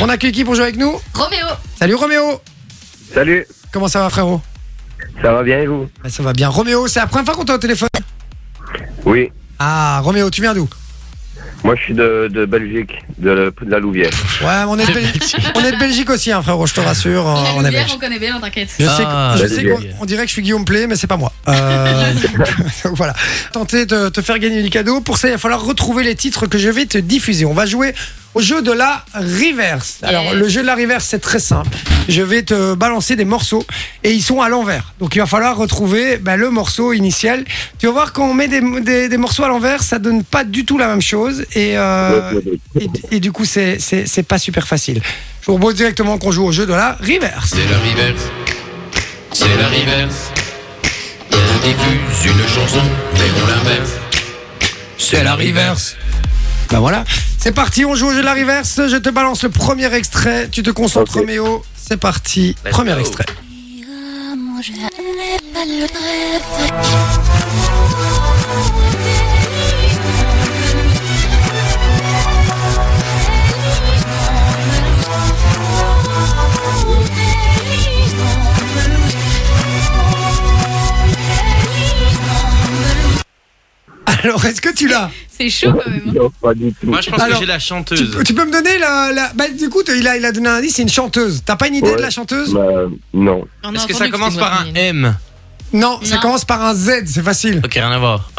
On accueille qui pour jouer avec nous Roméo. Salut Roméo Salut, Comment ça va frérot ça va bien et vous Bah, Ça va bien. Roméo, c'est la première fois qu'on t'a au téléphone Oui, Ah, Roméo, tu viens d'où moi je suis de, de Belgique, de, la- de la Louvière. Ouais, mais on est, de Belgique. on est de Belgique aussi, hein, frérot, je te rassure. On, On est belge. on connaît bien, t'inquiète. Je sais, Ah, que- je salut, sais Guillaume. qu'on on dirait que je suis Guillaume Play, mais c'est pas moi. Euh, donc voilà. Tenter de te faire gagner du cadeau. Pour ça, il va falloir retrouver les titres que je vais te diffuser. On va jouer au jeu de la reverse. Alors, Yes. le jeu de la reverse, c'est très simple. Je vais te balancer des morceaux et ils sont à l'envers. Donc, il va falloir retrouver bah, le morceau initial. Tu vas voir, quand on met des, des- des morceaux à l'envers, ça donne pas du tout la même chose. Et, euh, et, et du coup, c'est- c'est c'est pas super facile. Je vous propose directement qu'on joue au jeu de la reverse. C'est la reverse. C'est la reverse. On diffuse une chanson, mais on l'inverse. C'est la reverse. Bah voilà, c'est parti, on joue au jeu de la reverse. Je te balance le premier extrait. Tu te concentres, Ok. Roméo. C'est parti, premier go. extrait. Digamos, ya le palo trece. Alors, est-ce que tu l'as C'est chaud Ah, quand même. hein. Non, pas du tout. Moi, je pense Alors, que j'ai la tu, chanteuse. tu peux me donner la. la- Bah, du coup, t'as- il a, il a donné un indice, c'est une chanteuse. T'as pas une idée Ouais. de la chanteuse Bah, non, Est-ce que ça commence par un M non, ça Non. commence par un Z, c'est facile. Ok, rien à voir.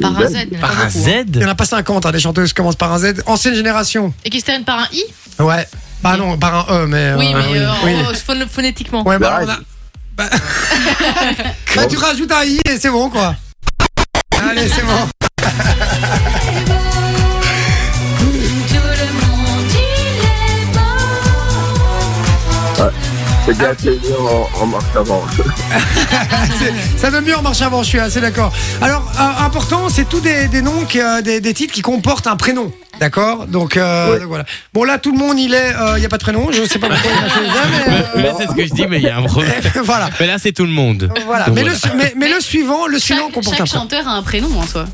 Par un Ben, Z. Par un Z Il y en a pas 50, hein, les chanteuses qui commencent par un Z. Ancienne génération. Et qui se termine par un I Ouais. Bah non, par un E, mais. Oui, euh, mais euh, oui. en- phon- phonétiquement. Ouais, bah, Bah, on a- bah- Bah, tu rajoutes un I et c'est bon, quoi. Allez, c'est bon. Tout le monde, il est mort. Ah, c'est bien c'est mieux en, en marche avant. C'est- Ça donne mieux en marche avant, je suis assez d'accord. Alors, euh, important, c'est tous des, des noms, qui, euh, des, des titres qui comportent un prénom. D'accord donc, euh, Ouais. donc voilà. Bon, là, tout le monde, il est. euh, Il y n'y a pas de prénom, je sais pas pourquoi il a fait ça, mais. Ouais, C'est ce que je dis, mais il y a un problème. euh, voilà. Mais là, c'est tout le monde. Voilà. Donc Mais, Le, su- mais, mais le suivant, le suivant Chaque, comporte chaque un prénom. chanteur a un prénom en soi.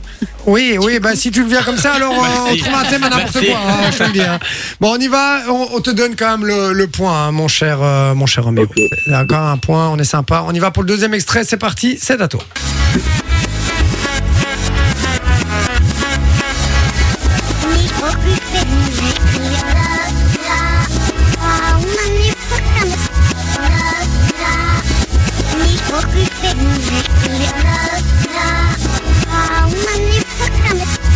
Oui, oui, bah si tu le viens comme ça, alors euh, on Merci. trouve un thème à n'importe Merci. quoi, hein, je te le dis. hein. Bon, on y va, on, on te donne quand même le, le point, hein, mon cher, euh, mon cher Roméo. Ok. D'accord, un point, on est sympa. On y va pour le deuxième extrait, c'est parti, c'est à toi. Ni occupé, ni criada. Ah, una ni puta me- Ni occupé, ni criada. Ah, una ni puta me-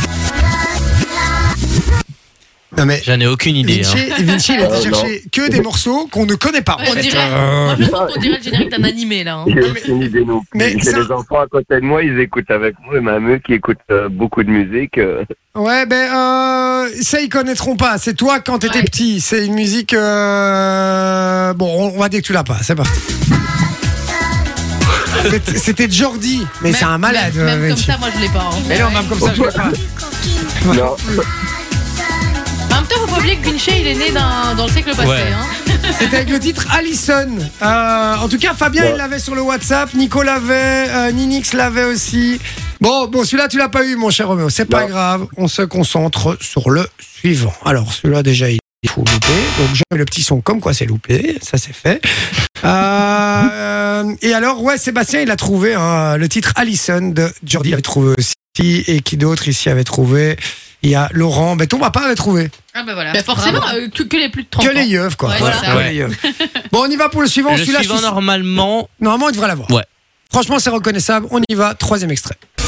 Non mais J'en ai aucune idée. hein. Vinci, Vinci, il a Euh, été chercher que des morceaux qu'on ne connaît pas. en Oh, on fait. dirait, Euh, le générique d'un animé là. hein. J'ai aucune idée non plus. Mais J'ai ça- des enfants à côté de moi, ils écoutent avec moi, et ma meuf qui écoute euh, beaucoup de musique. euh, ouais, ben euh, ça ils connaîtront pas. C'est toi quand t'étais Ouais. petit. C'est une musique. euh, Bon, on va dire que tu l'as pas. C'est parti. C'était- C'était Jordi, mais c'est un malade. Même, même euh, comme Vinci. ça, moi je l'ai pas. hein. mais non, même comme ça, je l'ai pas. non, En même temps, faut pas oublier que Vinci il est né dans, dans le siècle passé. Ouais. Hein. C'était avec le titre Allison. Euh, en tout cas, Fabien, Ouais. il l'avait sur le WhatsApp. Nico l'avait. euh, Ninix l'avait aussi. Bon, bon celui-là, tu l'as pas eu, mon cher Roméo. C'est pas Non. grave. On se concentre sur le suivant. Alors, celui-là, déjà, il faut louper. Donc, j'ai mis le petit son comme quoi c'est loupé. Ça, c'est fait. Euh, et alors, ouais, Sébastien, il a trouvé hein, le titre Allison de Jordi. Il avait trouvé aussi. Et qui d'autre ici avait trouvé Il y a Laurent. Mais ton papa avait trouvé. Ah bah voilà. forcément, euh, que, que les plus de 30 Que ans. les yeux, quoi. Ouais, Voilà, c'est ça. que Ouais. les yeux. Bon, on y va pour le suivant. Le Celui-là, je suis suivant, sûr- normalement, normalement, il devrait l'avoir. Ouais. Franchement, c'est reconnaissable. On y va. Troisième extrait. Oh,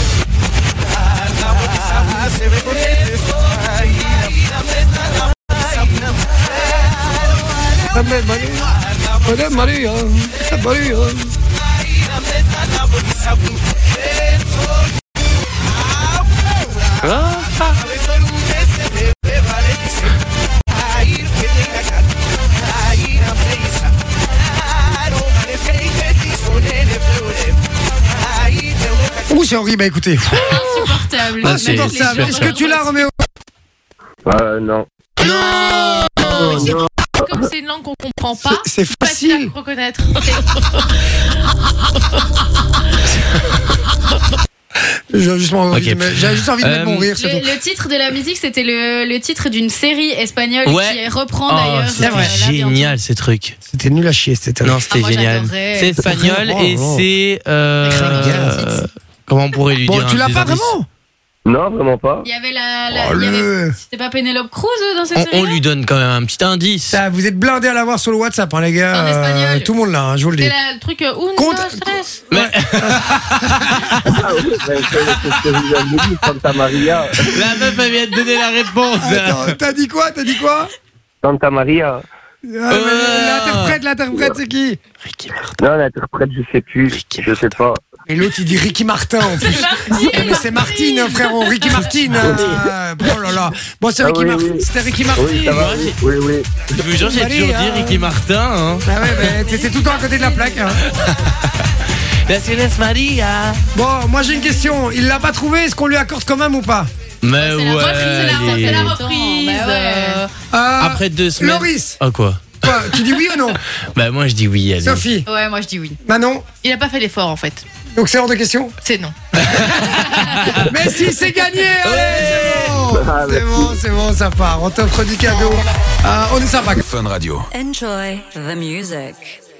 Ouh, c'est horrible. Bah, écoutez. Insupportable. Ah, c'est- Même Insupportable. les gens- Est-ce que tu l'as, Roméo euh, non. Non, mais c'est- Comme c'est une langue qu'on comprend pas, C'est pas facile facile. à reconnaître. J'ai juste envie, Ok. de, mettre- j'ai juste envie de mettre Euh, mon rire, c'est tout. Le, le titre de la musique, c'était le, le titre d'une série espagnole Ouais. qui reprend Oh, d'ailleurs. c'est euh, vrai. là, bientôt. génial ces trucs. C'était nul à chier, c'était. Non, Ah, c'était moi, génial. j'adorais. C'est espagnol Oh, et oh. c'est. Ringard. Euh, comment on pourrait lui Bon, dire tu un l'as des pas indices vraiment Non, vraiment pas. Il y avait la. la- Oh, il y avait- le- C'était pas Penelope Cruz euh, dans cette on, série on lui donne quand même un petit indice. Ça, Vous êtes blindés à l'avoir sur le WhatsApp, hein, les gars. En espagnol. Euh, tout le monde là, hein, je vous le dis. C'était la- le truc. euh, Uno, Compte- tres. Ah oui, ben, c'est c'est ce que vous avez dit, Santa Maria. La meuf, elle vient de donner la réponse. Attends, T'as dit quoi T'as dit quoi Santa Maria. Ah, mais L'interprète, l'interprète, c'est qui Non, l'interprète, je sais plus. Je sais pas. Et l'autre, il dit Ricky Martin en plus. Ah, mais c'est Martine, hein, frérot. Ricky Martin. euh, oh là là. Bon, c'est Ah Ricky oui, Martin. oui. C'était Ricky Martin. Oui, ça va. Oui, oui. oui. Je vous jure, j'ai Allez, toujours dit hein. Ricky Martin. Hein. Ah ouais, mais t'étais tout le temps à côté de la plaque. hein. Bah, La Céleste Maria. Bon, moi j'ai une question. Il l'a pas trouvé, est-ce qu'on lui accorde quand même ou pas Mais C'est la ouais. reprise, c'est la reprise, c'est la allez. reprise. Attends, bah ouais. euh, Euh, Après deux semaines. Loris, Oh quoi toi, tu dis oui ou non Bah moi je dis oui. Allez. Sophie, Ouais, moi je dis oui. Manon, Il a pas fait l'effort en fait. donc c'est hors de question C'est non. Mais si, c'est gagné Allez, c'est bon Ah, C'est merci. bon, c'est bon, ça part. On t'offre du cadeau. Euh, on est sympa. Enjoy the music.